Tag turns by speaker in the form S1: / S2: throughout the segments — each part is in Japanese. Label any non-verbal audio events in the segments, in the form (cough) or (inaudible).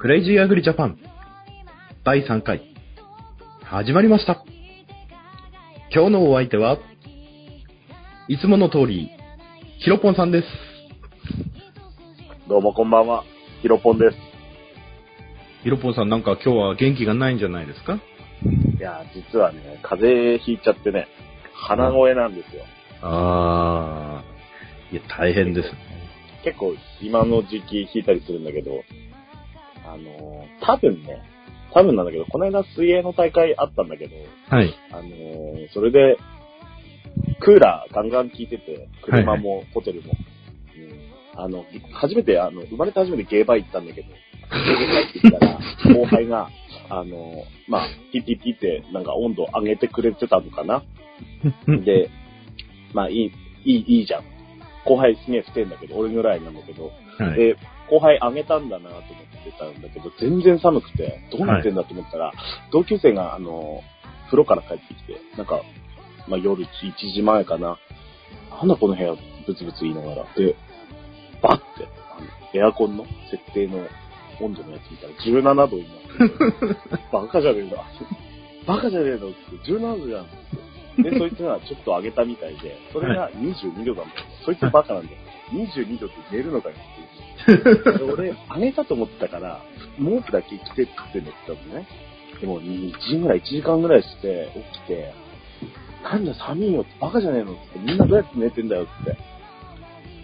S1: クレイジーアグリジャパン第3回始まりました今日のお相手はいつもの通りヒロポンさんです
S2: どうもこんばんは。ヒロポンです。
S1: ヒロポンさんなんか今日は元気がないんじゃないですか
S2: いやー、実はね、風邪ひいちゃってね、鼻声なんですよ。
S1: あーいや大変です
S2: 結構今の時期ひいたりするんだけど、あのー、多分ね、多分なんだけど、この間水泳の大会あったんだけど、
S1: はい
S2: あのー、それで、クーラーガンガン効いてて、車もホテルも。うんあの、初めて、あの、生まれて初めてゲーバー行ったんだけど、ゲーバー行ってきたら、後輩が、あの、まあ、ピッピッピッって、なんか温度上げてくれてたのかな。で、まあ、いい、いい、いいじゃん。後輩すげえ不定んだけど、俺ぐらいなんだけど、
S1: (laughs) はい
S2: で、後輩あげたんだなと思ってたんだけど、全然寒くて、どうなってんだと思ったら、同級生が、あの、風呂から帰ってきて、なんか、まあ、夜1時前かな、なんだこの部屋、ブツブツ言いながら、で、バッて、あのエアコンの設定の温度のやつ見たら、17度になってて、バカじゃねえの、バカじゃねえのって、17度じゃんって。で、そいつがちょっと上げたみたいで、それが22度なんだよ。そいつバカなんだよ。22度って寝るのかよっていう。で俺、あげたと思ったから、毛布だけ着てって寝てたのね。でも、2時ぐらい、1時間ぐらいして、起きて、なんだ寒いよって、バカじゃねえのって、みんなどうやって寝てんだよって。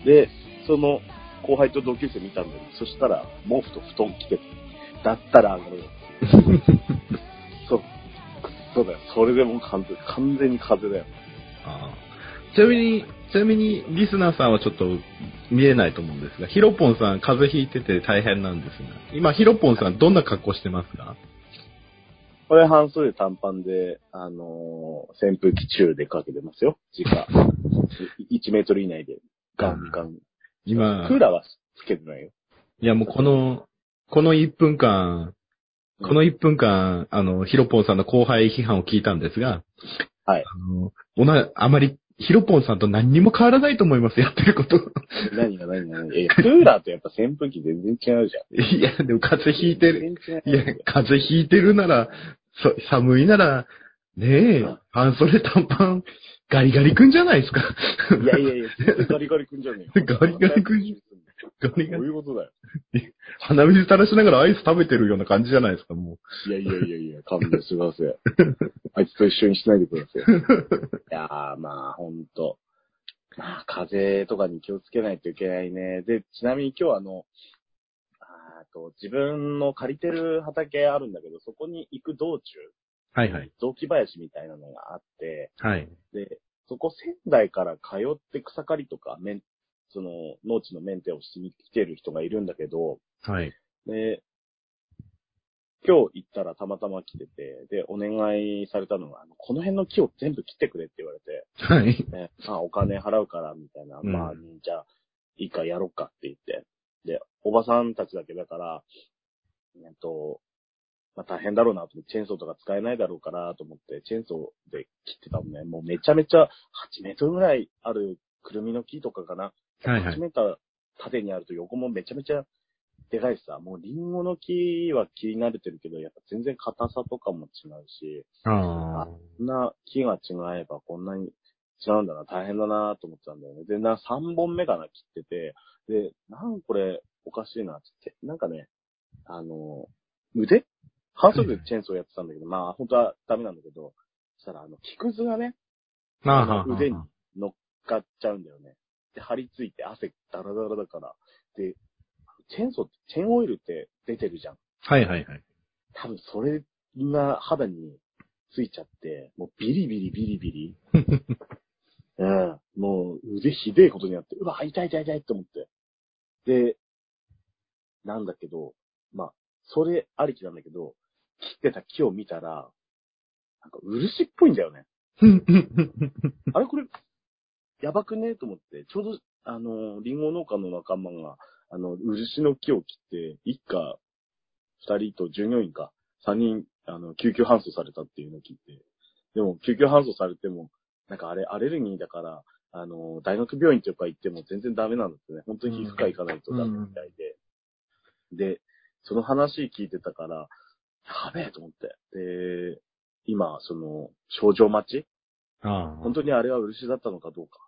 S2: で、その、後輩と同級生見たんだよ。そしたら、毛布と布団着てて、だったらあげろよ
S1: (laughs)
S2: って。そう、くっそだよ。それでもう完全完全に風邪だよ。
S1: あーちなみにちなみにリスナーさんはちょっと見えないと思うんですがヒロポンさん風邪ひいてて大変なんですが今ヒロポンさんどんな格好してますか
S2: これ半袖短パンで、あのー扇風機中でかけてますよ。時
S1: (laughs)
S2: 間。1メートル以内で。ガンガン。
S1: 今
S2: クーラーはつけてないよ。
S1: いや、もうこの、この1分間、この1分間、あの、ヒロポンさんの後輩批判を聞いたんですが、
S2: はい
S1: あの、おな、あまり、ヒロポンさんと何にも変わらないと思います、やってること。
S2: 何が何が何が。え、クーラーとやっぱ扇風機全然違うじゃん。
S1: いや、でも風邪ひいてる。
S2: 全
S1: い
S2: 然違
S1: や
S2: うよ。、
S1: 風邪ひいてるなら、そ寒いなら、ねえ、半袖短パン、ガリガリくんじゃないですか。
S2: いやいやいや、全然ガリガリくんじゃねえよ。
S1: (laughs) ガリガリ君ガリガ
S2: どう
S1: リ
S2: いうことだよ。
S1: 鼻水垂らしながらアイス食べてるような感じじゃないですか、もう。
S2: いやいやいやいや、勘弁してください。あいつと一緒にしないでください。いやー、まあ、ほんと。まあ、風邪とかに気をつけないといけないね。で、ちなみに今日あの、あーと自分の借りてる畑あるんだけど、そこに行く道中、
S1: はいはい。
S2: 雑木林みたいなのがあって、
S1: はい。
S2: で、そこ仙台から通って草刈りとか、メンその農地のメンテをしに来てる人がいるんだけど、
S1: はい。
S2: で、今日行ったらたまたま来てて、で、お願いされたのが、あのこの辺の木を全部切ってくれって言われて、
S1: はい。
S2: ね、あ、お金払うから、みたいな、
S1: うん
S2: まあ、じゃあ、いいかやろうかって言って。で、おばさんたちだけだから、えっと、まあ大変だろうなと思って、チェーンソーとか使えないだろうからと思って、チェーンソーで切ってたのね。もうめちゃめちゃ8メートルぐらいあるくるみの木とかかな。
S1: はいはい
S2: 8メーター縦にあると横もめちゃめちゃでかいしさ、もうリンゴの木は切り慣れてるけど、やっぱ全然硬さとかも違うし、
S1: ああ。
S2: こんな木が違えばこんなに違うんだな、大変だなと思ってたんだよね。で、な、3本目かな、切ってて、で、なんこれ、おかしいなって言って、なんかね、あの、腕半袖でチェーンソーやってたんだけど、まあ、本当はダメなんだけど、そしたら、あの、木くずがね、
S1: ああ
S2: 腕に乗っかっちゃうんだよね。で、張り付いて汗ダラダラだから。で、チェーンソーって、チェーンオイルって出てるじゃん。
S1: はいはい
S2: (laughs)
S1: はい。
S2: 多分それが肌についちゃって、もうビリビリビリビリ。うん。もう腕ひでえことになって、うわ、痛い痛い痛いって思って。で、なんだけど、まあ、それありきなんだけど、切ってた木を見たら、なんか漆っぽいんだよね。 (laughs) あれこれ、やばくねと思って、ちょうど、あの、リンゴ農家の仲間が、あの、漆の木を切って、一家、二人と従業員か、三人、あの、救急搬送されたっていうのを聞いて。でも、救急搬送されても、なんかあれ、アレルギーだから、あの、大学病院とか行っても全然ダメなんですね。本当に皮膚科行かないとダメみたいで。で、その話聞いてたから、やべえと思って。で、今、その、症状待ち
S1: ああ。
S2: 本当にあれは漆だったのかどうか。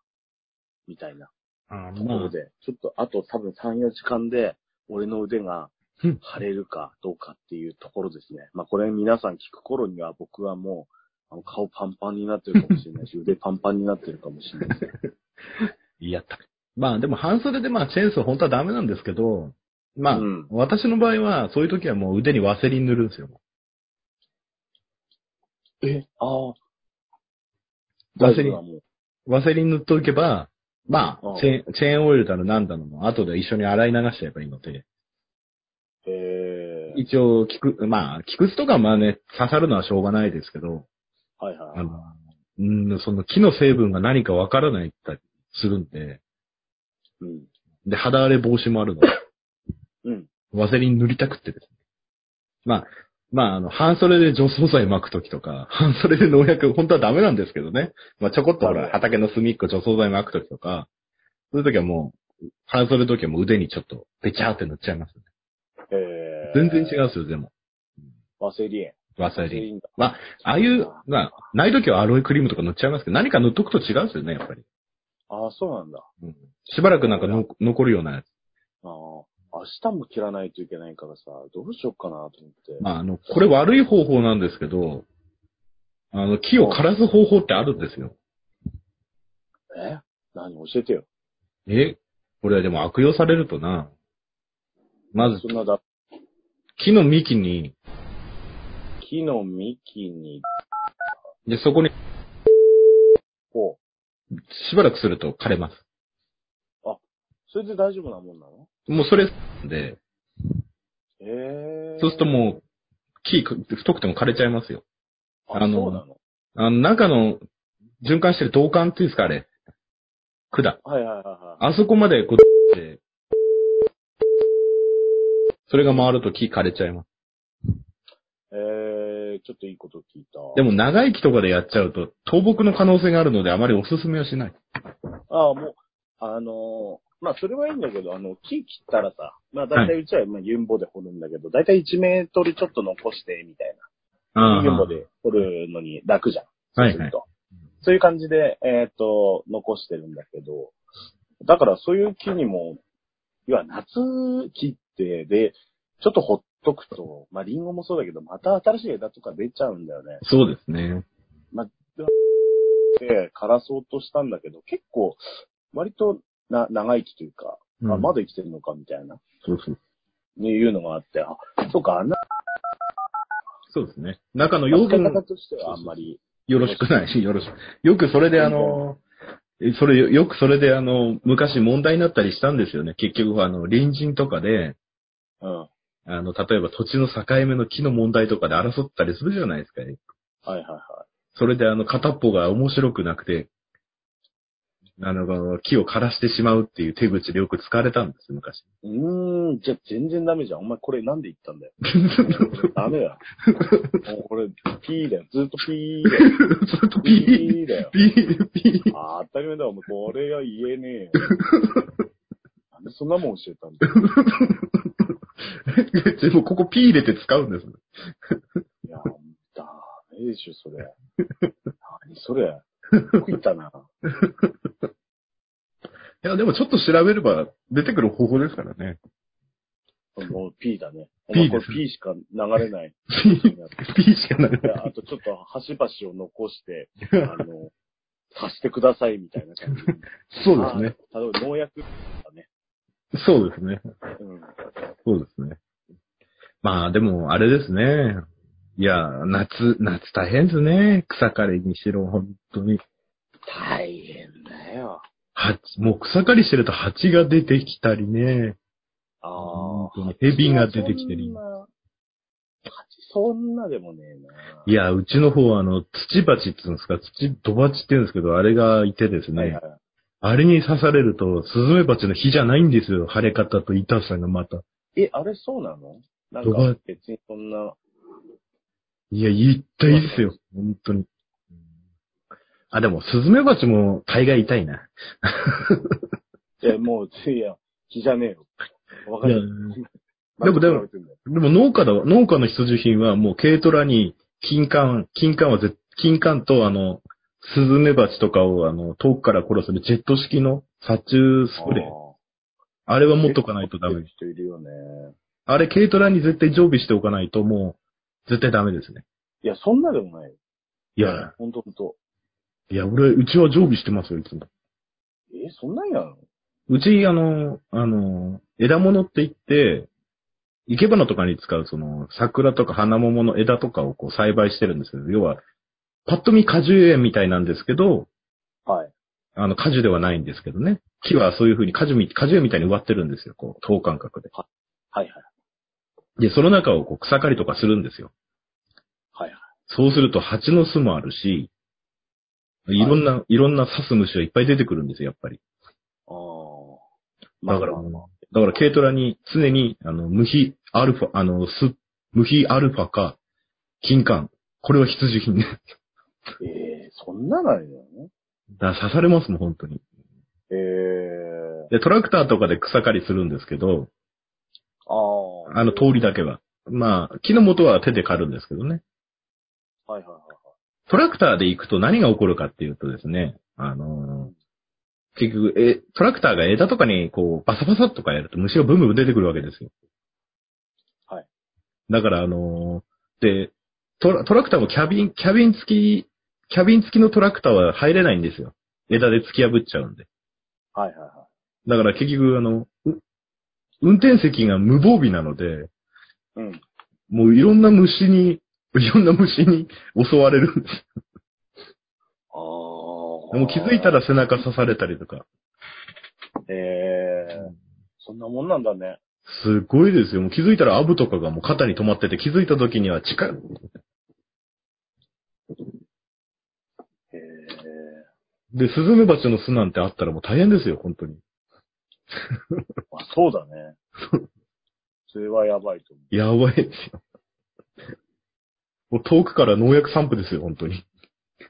S2: みたいな
S1: ああ、
S2: とこ
S1: も
S2: ろ
S1: う、
S2: で、ちょっとあと多分3、4時間で、俺の腕が
S1: うん
S2: 腫れるかどうかっていうところですね。まあこれ皆さん聞く頃には僕はもう、あの顔パンパンになってるかもし
S1: (laughs)
S2: れないし、腕パンパンになってるかもしれないですね。
S1: やった。まあでも半袖でまあチェーンソー本当はダメなんですけど、まあ、
S2: うん
S1: 私の場合はそういう時はもう腕にワセリン塗るんですよ。
S2: え、ああ。
S1: ワセリン
S2: 大丈夫だもう
S1: ワセリン塗っとけば、ま
S2: あ
S1: あ
S2: あ、
S1: チェーンチェーンオイルだのなんだのも後で一緒に洗い流しちゃえばいいので、
S2: えー、
S1: 一応聞く、まあ、菊池とかはまあね、刺さるのはしょうがないですけど、
S2: はいはい
S1: あ。の、うん、その木の成分が何かわからないったりするんで、
S2: うん。
S1: で、肌荒れ防止もあるので、
S2: うん。
S1: ワセリン塗りたくってですね。まあ、まあ、あの、半袖で除草剤巻くときとか、 (laughs) 半袖で農薬、本当はダメなんですけどね。まあ、ちょこっとほ
S2: は
S1: ら、
S2: い
S1: 畑の隅っこ除草剤巻くときとか、そういうときはもう、半袖のときはもう腕にちょっと、べちゃーって塗っちゃいます、ね。
S2: え
S1: 全然違
S2: う。
S1: うんですよ、でも。
S2: ワセリン。
S1: ワセリン。
S2: ンだ。
S1: ああいう、まあ、ないときはアロエクリームとか塗っちゃいますけど、何か塗っとくと違うんですよね、やっぱり。
S2: ああ、そうなんだ。
S1: うん、しばらくなんかの残るようなやつ。
S2: ああ。明日も切らないといけないからさ、どうしよっかなと思って。
S1: まあ、あの、これ悪い方法なんですけど、あの、木を枯らす方法ってあるんですよ。
S2: え何教えてよ。
S1: えこれはでも悪用されるとな。まず
S2: そ、んなだ、
S1: 木の幹に、
S2: 木の幹に、
S1: で、そこに
S2: こう。
S1: しばらくすると枯れます。
S2: それで大丈夫なもんなの
S1: もうそれで、
S2: ええー。
S1: そうするともう、木、太くても枯れちゃいますよ。
S2: あ、
S1: あの
S2: そうなの
S1: あの、中の、循環してる導管っていうんですか、あれ。管。
S2: はいはいはいはい。
S1: あそこまで、こう、でそれが回ると木枯れちゃいます。
S2: ええー、ちょっといいこと聞いた。
S1: でも長い木とかでやっちゃうと、倒木の可能性があるので、あまりおすすめはしない。
S2: ああ、もう、あのーまあ、それはいいんだけど、あの、木切ったらさ、まあ、だいたいうちは、まあ、ユンボで掘るんだけど、だいたい1メートルちょっと残して、みたいな。ユンボで掘るのに楽じゃん。そう
S1: はい
S2: す
S1: はい
S2: ると。そういう感じで、えっ、と、残してるんだけど、だからそういう木にも、要は夏切って、で、ちょっとほっとくと、まあ、リンゴもそうだけど、また新しい枝とか出ちゃうんだよね。
S1: そうですね。
S2: で、枯らそうとしたんだけど、結構、割とな、長生きというか、あ、まだ生きてるのかみたいな、
S1: そうそう。
S2: ねいうのがあって、あ、そうか、あんな、
S1: そうですね。中の養
S2: 扱い
S1: 分、
S2: 方としてはあんまり、
S1: よろしくない (laughs) し、よろしく。よくそれであの、えそれ、よくそれであの、昔問題になったりしたんですよね。結局、あの、隣人とかで、
S2: うん。は
S1: あの、例えば土地の境目の木の問題とかで争ったりするじゃないですか、ね。
S2: いはいは
S1: それであの、片っぽが面白くなくて、あの、この木を枯らしてしまうっていう手口でよく使われたんです、昔。 (laughs)
S2: い。うーん、じゃあ全然ダメじゃん。お前これなんで言ったんだよ。
S1: (laughs)
S2: ダメだよ。もうこれ、ピーだよ。ずっとピーだよ。
S1: ずっと (laughs) ピー、
S2: ピーだよ。
S1: ピー、ピー。
S2: あー当たり前だよ。お前これは言えねえよ。なんでそんなもん教えたんだよ。
S1: でもここピー (laughs) 入れて使うんです。
S2: いや、ダメでしょ、それ。何それ。よく言ったな。
S1: いや、でもちょっと調べれば出てくる方法ですからね。
S2: もう P だね。お
S1: P
S2: 前これ
S1: です
S2: P しか流れない。
S1: ピーしかない。
S2: であとちょっと端々を残して、あ
S1: (laughs)
S2: の、足してくださいみたいな感じ。
S1: そうですね。
S2: あ。例えば農薬とかね。
S1: そうですね。
S2: うん。
S1: そうですね。まあでも、あれですね。いや、夏、夏大変ですね。草刈りにしろ、本当に。
S2: 大変だよ。
S1: 蜂、もう草刈りしてると蜂が出てきたりね。
S2: ああ。
S1: 本当に蛇が出てきてる
S2: そんな。そんなでもねえ
S1: いや、うちの方はあの、土鉢って言うんですか、土、土鉢って言うんですけど、あれがいてですね。
S2: な。はいはい。
S1: あれに刺されると、スズメバチの火じゃないんですよ。腫れ方と痛さがまた。
S2: え、あれそうなのなん
S1: どこ
S2: か別にそんな、
S1: いや、痛いですよ。本当に。あ、でも、スズメバチも大概痛いな。
S2: いや、もう、いや、気じゃねえよ。わか
S1: いや
S2: る。
S1: でもでも
S2: また比べてんだよ
S1: でも農家だわ、農家の必需品はもう軽トラに金管、金管はぜ、金管とあの、スズメバチとかをあの、遠くから殺せるジェット式の殺虫スプレー。あれは持っとかないとダメ。
S2: 人いるよね。
S1: あれ軽トラに絶対常備しておかないともう、絶対ダメですね。
S2: いや、そんなでもない。
S1: いや、
S2: ほんとほんと。
S1: いや、俺、うちは常備してますよ、いつも。
S2: え、そんなんやん。
S1: うち、あの、あの、枝物って言って、生け花とかに使う、その、桜とか花桃の枝とかをこう栽培してるんですけど、要は、パッと見果樹園みたいなんですけど、
S2: はい。
S1: あの、果樹ではないんですけどね。木はそういう風に果樹み、果樹園みたいに植わってるんですよ、こう、等間隔で。
S2: はいはい。
S1: で、その中をこう草刈りとかするんですよ。
S2: はいはい。
S1: そうすると蜂の巣もあるし、いろんな、いろんな刺す虫がいっぱい出てくるんですよ、やっぱり。
S2: あーまあ。
S1: だから、だから軽トラに常に、あの、無比アルファ、あの、す、無比アルファか、金管。これは必需品ね。 (laughs)
S2: ええそんなないよね。
S1: だから刺されますもん、本当に。
S2: ええ
S1: で、トラクターとかで草刈りするんですけど、
S2: ああ。
S1: あの通りだけは。まあ、木の元は手で刈るんですけどね。
S2: はいはいはいはい。
S1: トラクターで行くと何が起こるかっていうとですね、あのー結局、え、トラクターが枝とかにこう、バサバサっとかやると虫がブンブン出てくるわけですよ。
S2: はい。
S1: だからあのーでトラ、トラクターもキャビン、キャビン付き、キャビン付きのトラクターは入れないんですよ。枝で突き破っちゃうんで。
S2: はいはいは
S1: だから結局あの、う運転席が無防備なので、
S2: い。うん。
S1: もういろんな虫に、いろんな虫に襲われるんです。
S2: ああ。
S1: もう気づいた。ら背中刺されたりとか。
S2: ええそんなもんなんだね。
S1: すごいですよ。もう気づいたらアブとかがもう肩に止まってて、気づいた時には近い。
S2: ええ
S1: で、スズメバチの巣なんてあったらもう大変ですよ、本当に。
S2: まあ、そうだ
S1: (laughs)
S2: ね。それはやばいと思う。
S1: やばいですよ。もう遠くから農薬散布ですよ、本当に。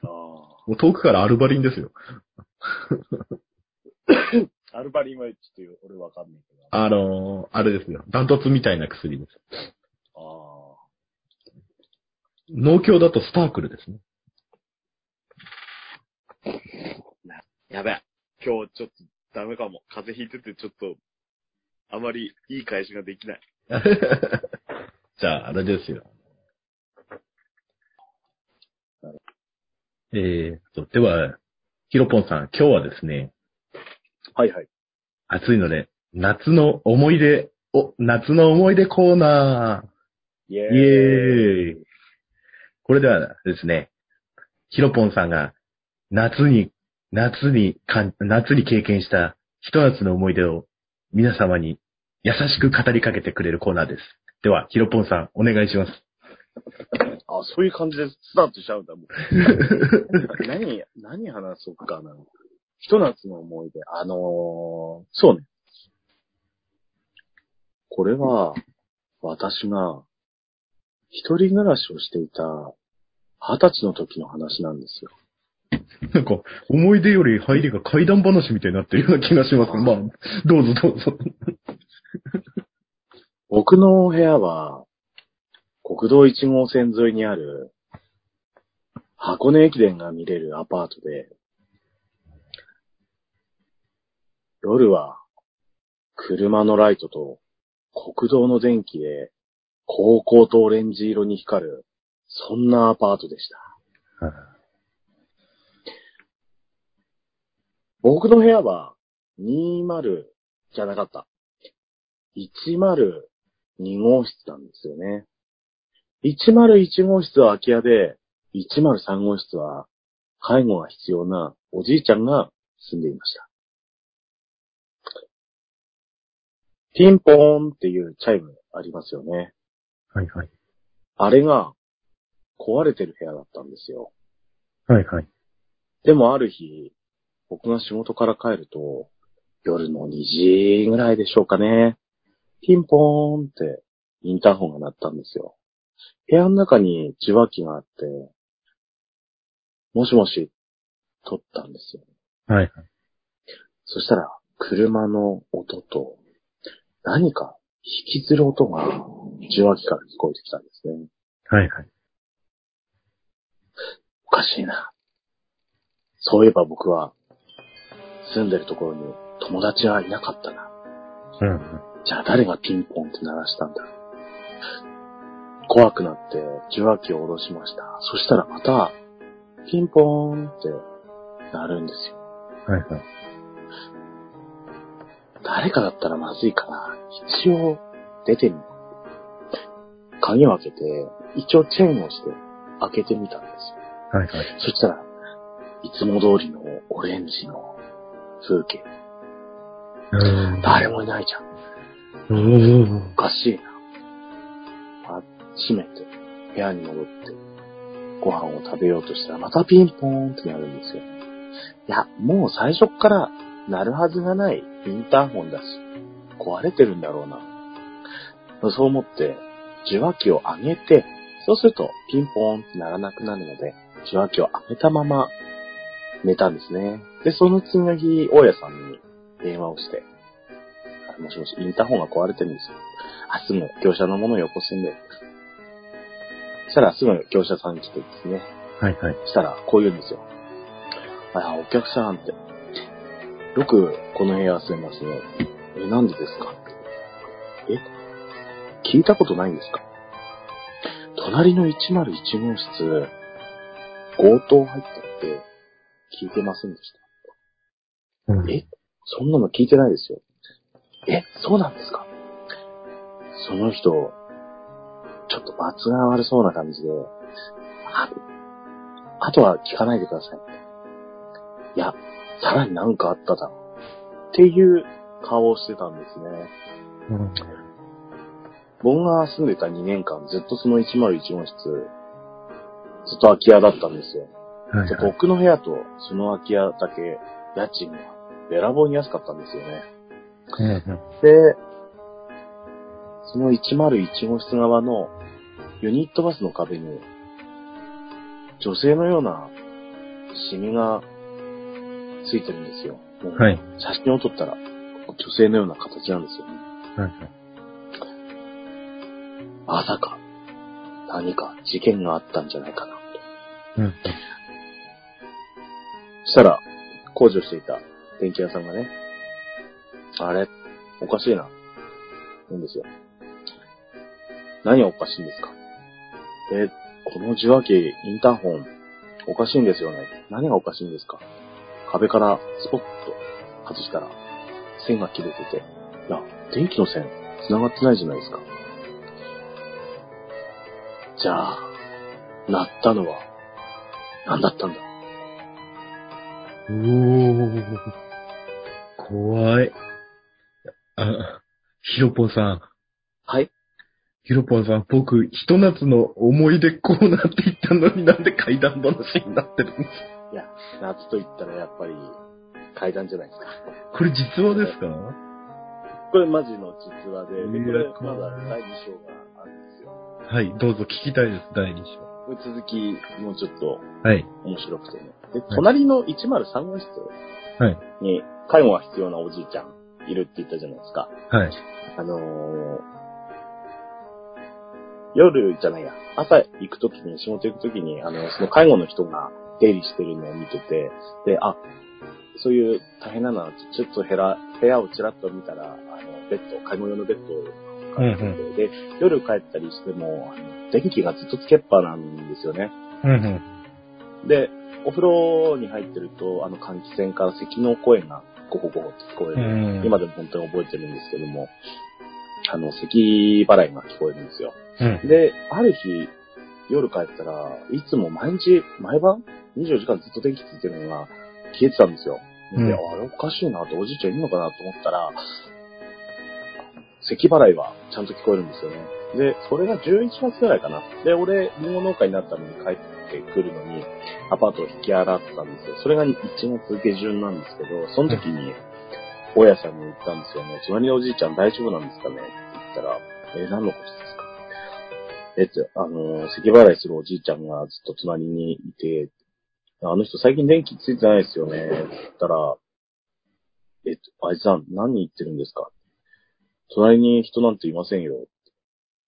S2: あ
S1: もう遠くからアルバリンですよ。
S2: あ。アルバリンはちょっとよ俺わかんないけど。あ
S1: あのー、あれですよ。ダントツみたいな薬です。
S2: あ。
S1: 農協だとスタークルですね。 (laughs)
S2: やべえ。今日ちょっとダメかも。風邪ひいててちょっと、あまりいい返しができない。
S1: じゃあ、あれですよ。えーっと、では、ヒロポンさん、今日はですね、
S2: はいはい。
S1: 暑いので、夏の思い出、お、夏の思い出コーナ
S2: イエ
S1: ー。イエーイ。これではですね、ヒロポンさんが夏に、夏にかん、夏に経験した一夏の思い出を皆様に優しく語りかけてくれるコーナーです。では、ヒロポンさん、お願いします。
S2: あ、そういう感じでスタートしちゃうんだ、もう。何、何話そうかな。ひと夏の思い出。あのー、そうね。これは、私が、一人暮らしをしていた、二十歳の時の話なんですよ。
S1: なんか、思い出より入りが怪談話みたいになってるような気がします。まあ、どうぞどうぞ。
S2: 僕の部屋は、国道1号線沿いにある、箱根駅伝が見れるアパートで、夜は、車のライトと国道の電気で、高校とオレンジ色に光る、そんなアパートでした。僕の部屋は、20じゃなかった。102号室なんですよね。101号室は空き家で、103号室は介護が必要なおじいちゃんが住んでいました。ピンポーンっていうチャイムありますよね。
S1: はいはい。
S2: あれが壊れてる部屋だったんですよ。
S1: はいはい。
S2: でもある日、僕が仕事から帰ると、夜の2時ぐらいでしょうかね。ピンポーンってインターホンが鳴ったんですよ。部屋の中に受話器があって、もしもし、取ったんですよ。
S1: はい。
S2: そしたら、車の音と、何か引きずる音が受話器から聞こえてきたんですね。
S1: はいはい。
S2: おかしいな。そういえば僕は、住んでるところに友達はいなかったな。
S1: うんうん。
S2: じゃあ誰がピンポンって鳴らしたんだろう。怖くなって受話器を下ろしました。そしたらまた、ピンポーンって鳴るんですよ。
S1: はいはい。
S2: 誰かだったらまずいから、一応出てみよう。鍵を開けて、一応チェーンをして開けてみたんですよ。
S1: はいはい。
S2: そしたら、いつも通りのオレンジの風景。
S1: うん
S2: 誰もいないじゃん。
S1: うん
S2: おかしいな。あ、閉めて、部屋に戻って、ご飯を食べようとしたら、またピンポーンってなるんですよ。いや、もう最初っから、鳴るはずがないインターホンだし、壊れてるんだろうな。そう思って、受話器を上げて、そうすると、ピンポーンって鳴らなくなるので、受話器を上げたまま、寝たんですね。で、その次の日、大家さんに電話をして、あもしもし、インターホンが壊れてるんですよ。あ、すぐ業者のものをよこすんで。そしたらすぐ業者さん来てですね。
S1: はいはい。
S2: そしたらこう言うんですよ。あ、お客さんって。よくこの部屋住めますね。え、なんでですかえ聞いたことないんですか隣の101号室、強盗入ってって聞いてませんでした。
S1: うん
S2: えそんなの聞いてないですよ。え、そうなんですかその人、ちょっと罰が悪そうな感じで、あ、あとは聞かないでください。いや、さらになんかあっただろう。っていう顔をしてたんですね。
S1: うん
S2: 僕が住んでた2年間、ずっとその101号室、ずっと空き家だったんですよ。
S1: はい
S2: で
S1: はい。
S2: 僕の部屋とその空き家だけ、家賃がべらぼうに安かったんですよね。
S1: うんうん
S2: で、その101号室側のユニットバスの壁に、女性のようなシミがついてるんですよ。もう
S1: はい。
S2: 写真を撮ったら、女性のような形なんですよね。
S1: はいはい。
S2: まさか、何か事件があったんじゃないかなと。
S1: うんうん
S2: そしたら、工事をしていた電気屋さんがね、あれ、おかしいな、言うんですよ。何がおかしいんですかえ、この受話器、インターホン、おかしいんですよね。何がおかしいんですか壁からスポッと外したら、線が切れてて、いや、電気の線、繋がってないじゃないですか。じゃあ、鳴ったのは、何だったんだ
S1: おー、怖い。あ、ヒロポンさん。
S2: はい
S1: ヒロポンさん、僕、ひと夏の思い出こうなっていったのになんで階段話になってるんですか
S2: 夏と言ったらやっぱり階段じゃないですか。
S1: これ実話ですかは
S2: (laughs) これマジの実話で、
S1: い
S2: で
S1: や
S2: これま
S1: 怖
S2: だ
S1: い
S2: 第2章があるんですよ。
S1: い、どうぞ聞きたいです、第2章。
S2: これ続きもうちょっと
S1: はい。
S2: 面白くてね。で、隣の103号室
S1: はい
S2: に介護が必要なおじいちゃんいるって言ったじゃないですか。
S1: はい。
S2: あのー、夜じゃないや、朝行くときに、仕事行くときに、あの、その介護の人が出入りしてるのを見てて、で、あ、そういう大変なのは、ちょっと部屋、部屋をちらっと見たら、あの、ベッド、介護用のベッドを買ってて、
S1: うん
S2: で、夜帰ったりしても、あの電気がずっとつけっぱなんですよね。
S1: うんうん。
S2: で、お風呂に入ってると、あの、換気扇から咳の声がゴホゴホって聞こえる。
S1: うん
S2: 今でも本当に覚えてるんですけども、あの、咳払いが聞こえるんですよ。
S1: うん。
S2: で、ある日、夜帰ったら、いつも毎日、毎晩、24時間ずっと電気ついてるのが消えてたんですよ。
S1: う
S2: で、
S1: ん
S2: あれおかしいなと、おじいちゃんいるのかなと思ったら、咳払いはちゃんと聞こえるんですよね。で、それが11月ぐらいかな。で、俺、リンゴ農家になったのに帰ってくるのに、アパートを引き払ったんですよ。それが1月下旬なんですけど、その時に、大家さんに言ったんですよね。隣のおじいちゃん大丈夫なんですかねって言ったら、え、何のことですかえって、あのー、咳払いするおじいちゃんがずっと隣にいて、あの人最近電気ついてないですよね。って言ったら、えっと、あいつさん何言ってるんですか隣に人なんていませんよ。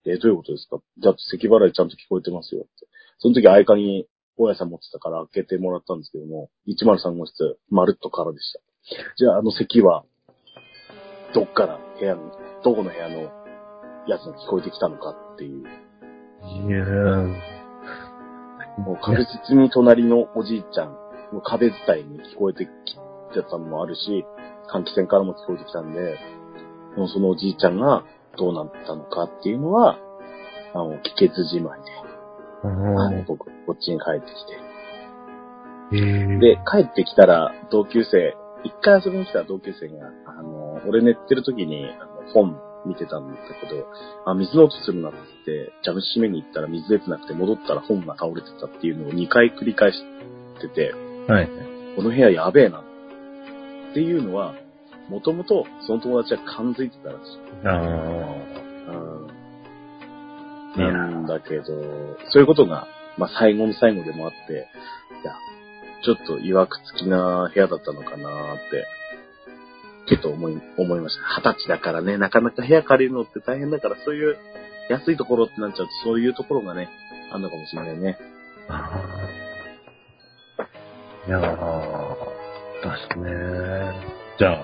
S2: え、どういうことですかだって咳払いちゃんと聞こえてますよって。その時相方に大家さん持ってたから開けてもらったんですけども、103号室、まるっと空でした。じゃああの咳は、どっから部屋の、どこの部屋のやつに聞こえてきたのかっていう。
S1: いやー。
S2: もう確実に隣のおじいちゃんの壁伝いに聞こえてきてたのもあるし、換気扇からも聞こえてきたんで、もうそのおじいちゃんがどうなったのかっていうのは、あの、聞けずじまいで、あの、僕、こっちに帰ってきて。
S1: えー、
S2: で、帰ってきたら、同級生、一回遊びに来た同級生が、あの、俺寝てる時に、あの、本見てたんだけど、あ、水の音するなって言って、蛇口閉めに行ったら水出てなくて、戻ったら本が倒れてたっていうのを2回繰り返してて、
S1: はい。
S2: この部屋やべえな。っていうのは、もともとその友達は感づいてたらしい。
S1: ああ。
S2: うん。なんだけど、そういうことが、まあ、最後の最後でもあって、いや、ちょっと曰くつきな部屋だったのかなーって、ちょっと思い、思いました。二十歳だからね、なかなか部屋借りるのって大変だから、そういう安いところってなっちゃうと、そういうところがね、あんのかもしれないね。
S1: あーいやー、ですね。じゃあ、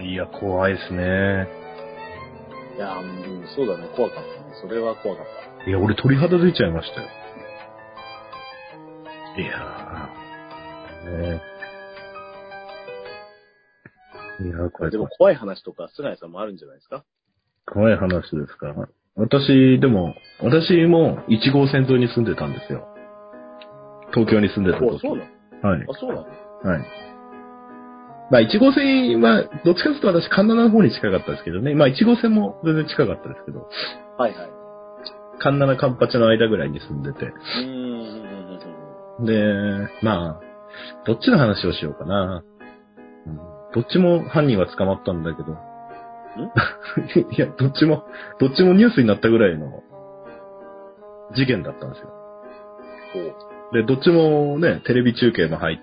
S1: いや、怖いですね。
S2: いやー、うん、そうだね、怖かったね。それは怖かった。
S1: いや、俺鳥肌出ちゃいましたよ。いやー、ねえいやー、これ
S2: でも怖い話とか、菅谷さんもあるんじゃないですか
S1: 怖い話ですか私、でも、私も1号線沿いに住んでたんですよ。東京に住んでた
S2: お
S1: 時。
S2: そうなの
S1: はい。
S2: あ、そうなの
S1: はい。まあ、1号線は、どっちかというと私、神奈川の方に近かったですけどね。まあ、1号線も全然近かったですけど、
S2: はいはい。
S1: 神奈川カンパチの間ぐらいに住んでて。
S2: うーんうんうんうん
S1: で、まあ、どっちの話をしようかな。うんどっちも犯人は捕まったんだけど。 (laughs) いや、どっちも、どっちもニュースになったぐらいの事件だったんですよ。
S2: うん。こ
S1: で、どっちもね、テレビ中継も入っ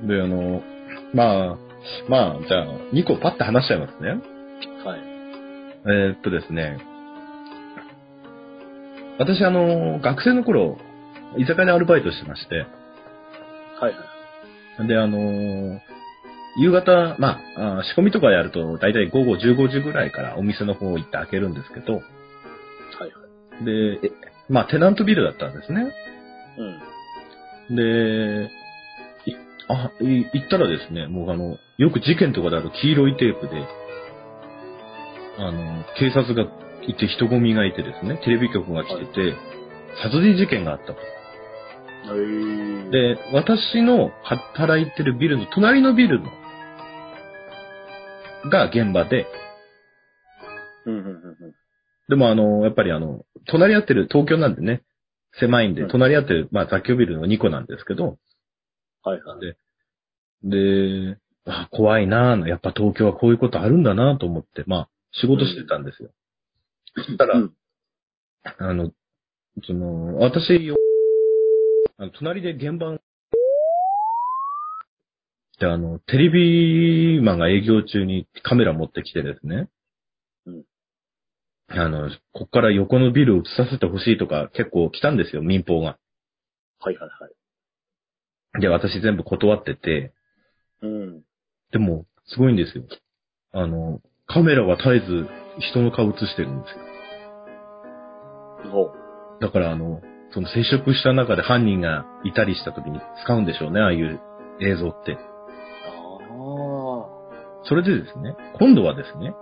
S1: て。で、あの、まあ、まあ、じゃあ、2個パッて話しちゃいますね。
S2: う。はい。
S1: えーっとですね。私、あの、学生の頃、居酒屋でアルバイトしてまして、
S2: はいはい。
S1: で、あのー夕方、まあ、あー仕込みとかやると、だいたい午後15時ぐらいからお店の方行って開けるんですけど、
S2: はいはい。
S1: で、えまあ、テナントビルだったんですね。
S2: うん。
S1: で、いあ、い行ったらですね、もうあの、よく事件とかである黄色いテープで、あの、警察がいて人混みがいてですね、テレビ局が来てて、殺人事件があったと。
S2: へー、
S1: で、私の働いてるビルの、隣のビルの、が現場で、
S2: うんうんうん
S1: でもあの、やっぱりあの、隣り合ってる、東京なんでね、狭いんで、
S2: うん
S1: 隣り合ってる、まあ雑居ビルの2個なんですけど、
S2: うん。はいはい。
S1: で、あ怖いなぁ、やっぱ東京はこういうことあるんだなぁと思って、まあ、仕事してたんですよ。そしたら、
S2: うん
S1: あの、その、私、あの隣で現場で、あの、テレビマンが営業中にカメラ持ってきてですね。
S2: うん
S1: あの、こっから横のビルを映させてほしいとか結構来たんですよ、民放が。
S2: はいはいはい。
S1: で、私全部断ってて。
S2: うん。
S1: でも、すごいんですよ。あの、カメラは絶えず人の顔映してるんですよ。
S2: ほ
S1: だから、あの、その接触した中で犯人がいたりした時に使うんでしょうね、ああいう映像って。
S2: う。
S1: それでですね、今度はですね、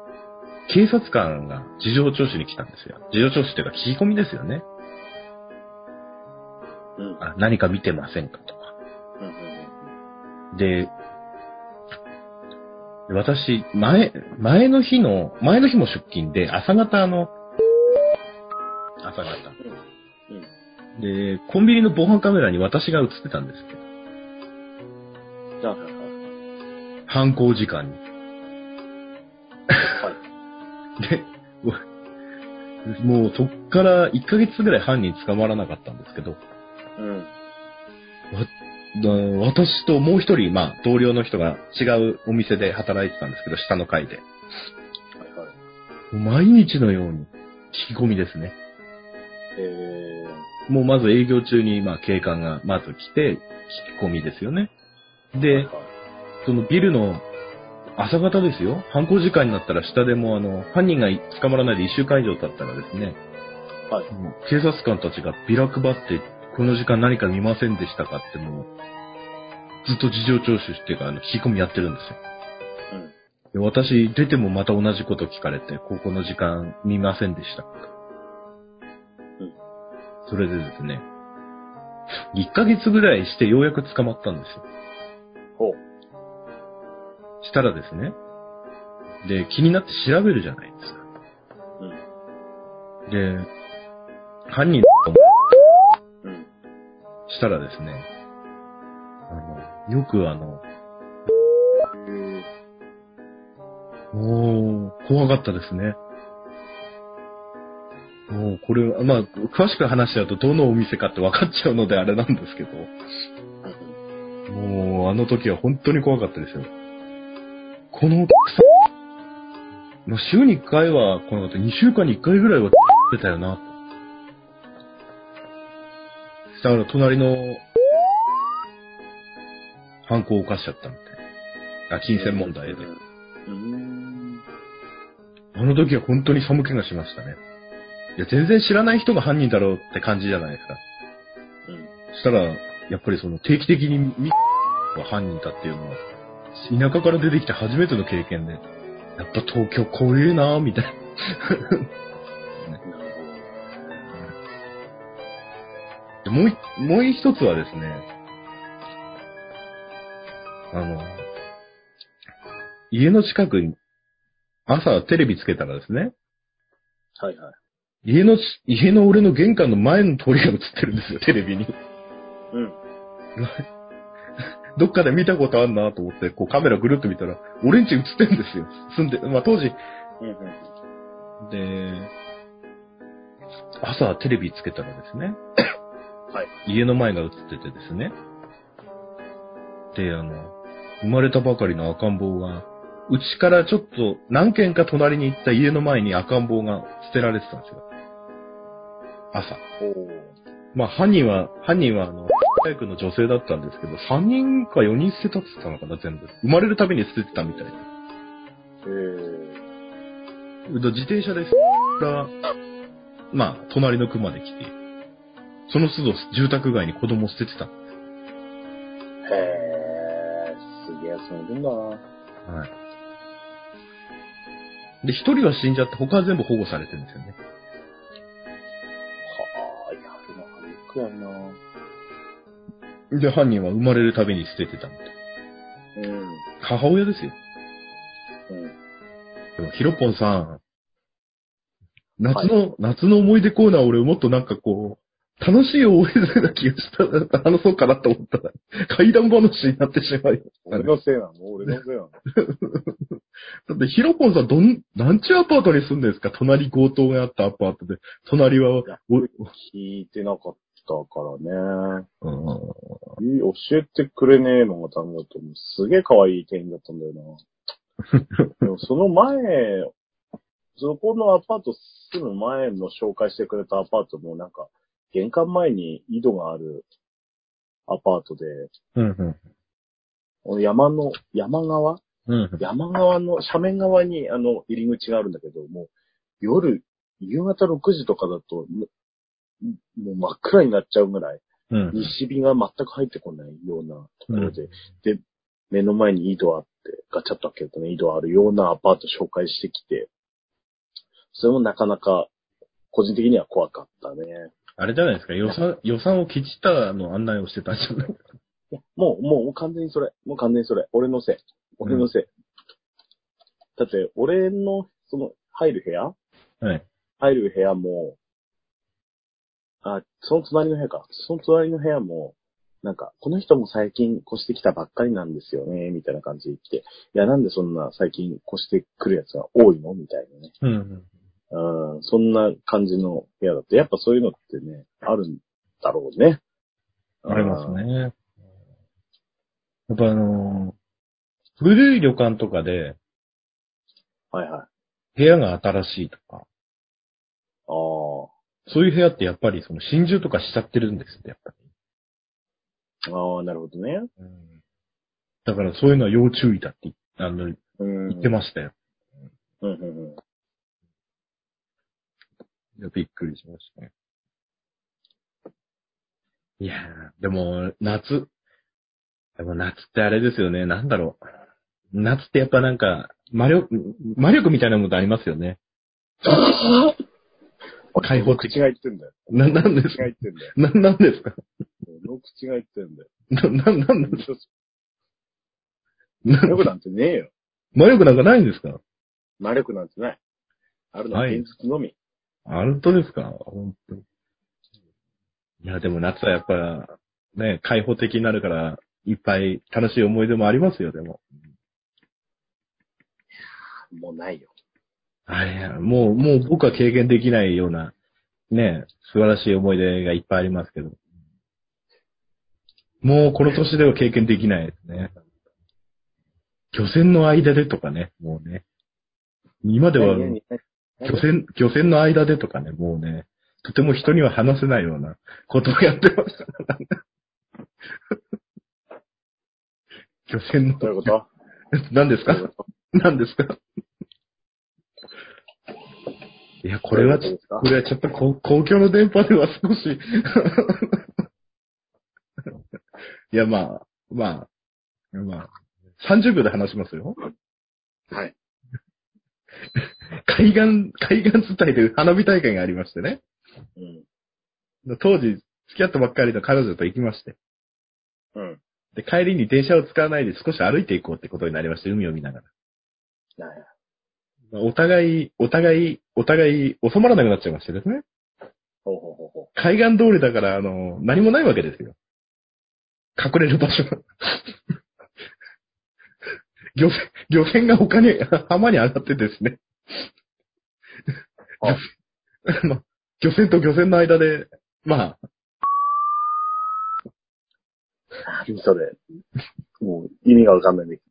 S1: 警察官が事情聴取に来たんですよ。事情聴取っていうか聞き込みですよね。
S2: ああ。うん。
S1: あ何か見てませんかとか。
S2: うんうん
S1: で、私、前、前の日の、前の日も出勤で、朝方あの、朝方。
S2: うん。うん。
S1: で、コンビニの防犯カメラに私が映ってたんですけど、
S2: はいはいはい。
S1: 犯行時間に。
S2: はい。
S1: で、おもう (laughs) そっから1ヶ月ぐらい犯人捕まらなかったんですけど、
S2: うん。
S1: だ私ともう一人、まあ、同僚の人が違うお店で働いてたんですけど、下の階で。
S2: はいはい。
S1: 毎日のように聞き込みですね。
S2: え
S1: もうまず営業中に、まあ、警官がまず来て、聞き込みですよね。
S2: ー、
S1: で
S2: はい、はい
S1: そのビルの朝方ですよ。犯行時間になったら下でもあの、犯人が捕まらないで1週間以上経ったらですね、
S2: はい
S1: もう警察官たちがビラ配って、この時間何か見ませんでしたかってもう、ずっと事情聴取っていうか、あの、聞き込みやってるんですよ。
S2: うん。
S1: で私、出てもまた同じこと聞かれて、ここの時間見ませんでした。
S2: うん
S1: それでですね、1ヶ月ぐらいしてようやく捕まったんですよ。
S2: ほう。
S1: したらですね、で、気になって調べるじゃないですか。
S2: うん。
S1: で、犯人
S2: うん。
S1: したらですね、あの、よくあの、
S2: え
S1: おー、怖かったですね。もう、これは、まあ、詳しく話しちゃうと、どのお店かって分かっちゃうのであれなんですけど、
S2: ー、
S1: もう、あの時は本当に怖かったですよ。この、まあ、週に1回は来なかった、2週間に1回ぐらいは、出たよな。だから、隣の、犯行を犯しちゃったみたいな。あ、金銭問題で
S2: う。ん。
S1: あの時は本当に寒気がしましたね。いや、全然知らない人が犯人だろうって感じじゃないですか。
S2: うん。
S1: そしたら、やっぱりその定期的にミが犯人だっていうのは、田舎から出てきて初めての経験で、やっぱ東京こういうなぁ、みたいな。
S2: なるほど。
S1: でもうい、もう一つはですね、あの、家の近くに、朝テレビつけたらですね、
S2: はいはい。
S1: 家のち、家の俺の玄関の前の通りが映ってるんですよ、テレビに。
S2: うん。
S1: どっかで見たことあんなと思って、こうカメラぐるっと見たら、俺んち映ってんですよ。住んで、まあ当時。
S2: うんうん。
S1: で、朝テレビつけたらですね。
S2: はい。
S1: 家の前が映っててですね。で、あの、生まれたばかりの赤ん坊が、うちからちょっと何軒か隣に行った家の前に赤ん坊が捨てられてたんですよ。朝。
S2: ほう。
S1: まあ、犯人は、犯人は、あの、タイプの女性だったんですけど、3人か4人捨てたって言ったのかな、全部。生まれるたびに捨ててたみたいで。
S2: えー、
S1: 自転車で、 (laughs) から、まあ、隣の区まで来て、その都度住宅街に子供捨ててた。
S2: へー、すげえ、その分だな。
S1: はい。で、一人は死んじゃって、他は全部保護されてるんですよね。
S2: はー、やるな、よくやるな。
S1: で、犯人は生まれるたびに捨ててたみたい。
S2: うん。
S1: 母親ですよ。
S2: うん。
S1: でもヒロポンさん、夏の、夏の思い出コーナー俺もっとなんかこう、楽しい思い出な気がした、話そうかなと思ったら、怪談話になってしまい。
S2: 俺のせいなの、俺のせいなの。
S1: だってヒロポンさんどん、なんちゅうアパートに住んでるんですか隣強盗があったアパートで、隣は、
S2: いや
S1: お
S2: 聞いてなかったからね。
S1: うん
S2: いい教えてくれねえのがダメだと思う。すげえ可愛い店員だったんだよ (laughs) な。でもその前、そこのアパート住む前の紹介してくれたアパートもなんか、玄関前に井戸があるアパートで、
S1: うん
S2: 山の、山側
S1: うん。うん
S2: 山側の、斜面側にあの入り口があるんだけど、もう夜、夕方6時とかだと、もうもう真っ暗になっちゃうぐらい、
S1: うん。
S2: 西日が全く入ってこないようなところで、で、目の前に井戸あって、ガチャッと開けるとね、井戸あるようなアパート紹介してきて、それもなかなか、個人的には怖かったね。
S1: あれじゃないですか、予算、予算をきちったの案内をしてたんじゃない
S2: いやもう、もう完全にそれ。もう完全にそれ。俺のせい。俺のせい。だって、俺の、その、入る部屋
S1: はい。
S2: 入る部屋も、あ、その隣の部屋か。その隣の部屋も、なんか、この人も最近越してきたばっかりなんですよね、みたいな感じで言って、いや、なんでそんな最近越してくるやつが多いのみたいなね。
S1: うん。
S2: うん、そんな感じの部屋だって、やっぱそういうのってね、あるんだろうね。
S1: ありますね。やっぱあのー古い旅館とかで、
S2: はいはい。ああ。
S1: 部屋が新しいとか、そういう部屋ってやっぱりその真珠とかしちゃってるんですって、やっぱり。
S2: ああ、なるほどね。
S1: だからそういうのは要注意だって、あの、
S2: うん。
S1: 言ってましたよ。
S2: うんうんうん。
S1: いやびっくりしましたね。いやー、でも、夏。でも夏ってあれですよね。なんだろう。夏ってやっぱなんか、魔力、魔力みたいなものってありますよね。開放的
S2: 口が言ってんだよ。
S1: な、なんです
S2: 口が言ってんだよ。
S1: な、なんですか
S2: の口が言ってんだよ。
S1: な、な、なんです
S2: 嘘つ
S1: な
S2: 魔力なんてねえよ。
S1: 魔力なんかないんですか
S2: 魔力なんてない。あるのは
S1: ない
S2: 現実のみ。
S1: 本当ですか本当に。いや、でも夏はやっぱ、ね、開放的になるから、いっぱい楽しい思い出もありますよ、でも。
S2: もうないよ。
S1: あれや、もう、もう僕は経験できないような、ね、素晴らしい思い出がいっぱいありますけど。もうこの年では経験できないですね。漁船の間でとかね、もうね。今では、
S2: 何何何
S1: 漁船、漁船の間でとかね、もうね、とても人には話せないようなことをやってました。 (laughs) 漁船の
S2: どういうこと
S1: 何です
S2: どう
S1: か
S2: いうこと
S1: 何ですかいや、これはちょっと、これはちょっとこ公共の電波では少し。いや、まあ、まあ、まあ、30秒で話しますよ。
S2: はい。
S1: 海岸、海岸伝いで花火大会がありましてね。
S2: うん。
S1: 当時、付き合ったばっかりの彼女と行きまして。
S2: うん。
S1: で、帰りに電車を使わないで少し歩いていこうってことになりまして、海を見ながら。
S2: ない
S1: お互い、お互い、お互い、収まらなくなっちゃいましてですね。
S2: ほうほうほうほ
S1: 海岸通りだから、あの、何もないわけですよ。隠れる場所 (laughs) が。漁船、漁船が他に、浜に上がってですね。
S2: あ
S1: あの、漁船と漁船の間で、まあ、
S2: う。何それ。もう意味がわかんないんだけ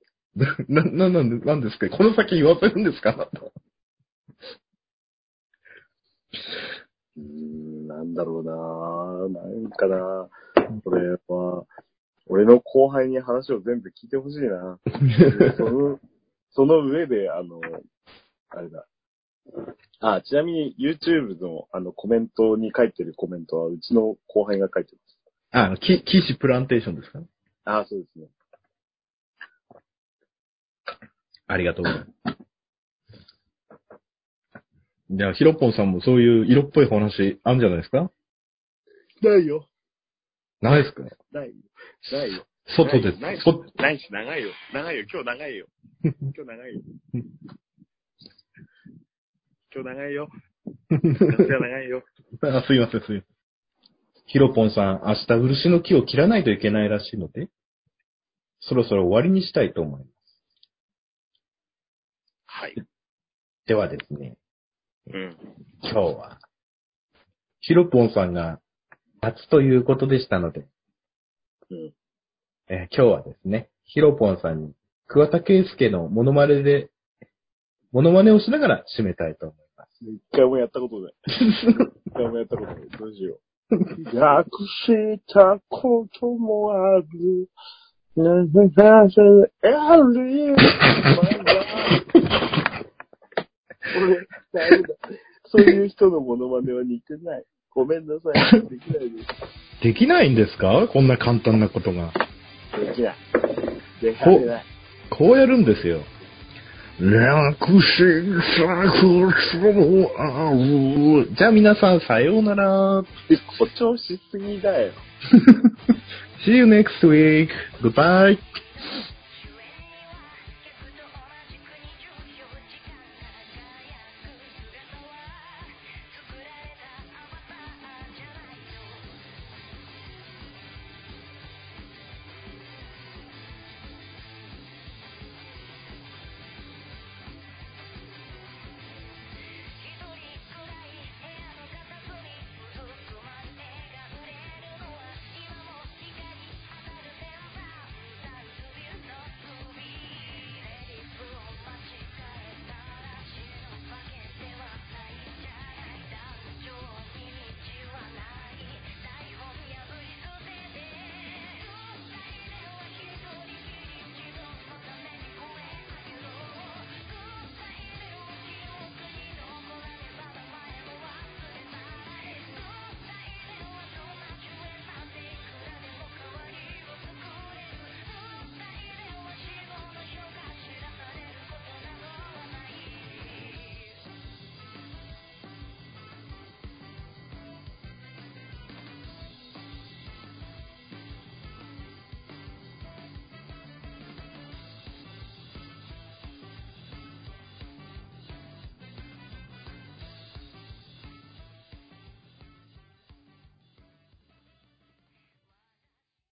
S1: な、な、なんで、なんですかこの先言わせるんですかあなた
S2: ど。うーん、なんだろうななんかなこれは、俺の後輩に話を全部聞いてほしいな (laughs) その、その上で、あの、あれだ。あ、ちなみに YouTube のあのコメントに書いてるコメントはうちの後輩が書いてます。
S1: (laughs) あの、き、騎士プランテーションですか
S2: あ、そうですね。
S1: ありがとうございます。じゃあ、ヒロポンさんもそういう色っぽい話あるんじゃないですか
S2: ないよ。
S1: ないですか
S2: ないよ。ないよ。
S1: 外で
S2: ない、し
S1: そ、
S2: ないし、長いよ。長いよ。今日長 (laughs) いよ。今日長 (laughs) いよ。今日長 (laughs) いよ。夏が長いよ。
S1: (laughs) あすいません、すいません。ヒロポンさん、明日漆の木を切らないといけないらしいので、そろそろ終わりにしたいと思います。
S2: はい。
S1: ではですね、
S2: うん。
S1: 今日は、ヒロポンさんが夏ということでしたので、
S2: うん。
S1: えー今日はですね、ヒロポンさんに桑田圭介のモノマネで、モノマネをしながら締めたいと思います。
S2: 一回もやったことない。一回もやったことない。どうしよう。なくしたこともある。なくしたある。俺、ダメだ。そういう人のモノマネは似てない。ごめんなさい。できないです。
S1: できないんですかこんな簡単なことが。
S2: できない。できない。
S1: こうやるんですよ。楽しさもある。じゃあ皆さんさようなら。
S2: 誇張しすぎだよ。
S1: See you next week. Goodbye.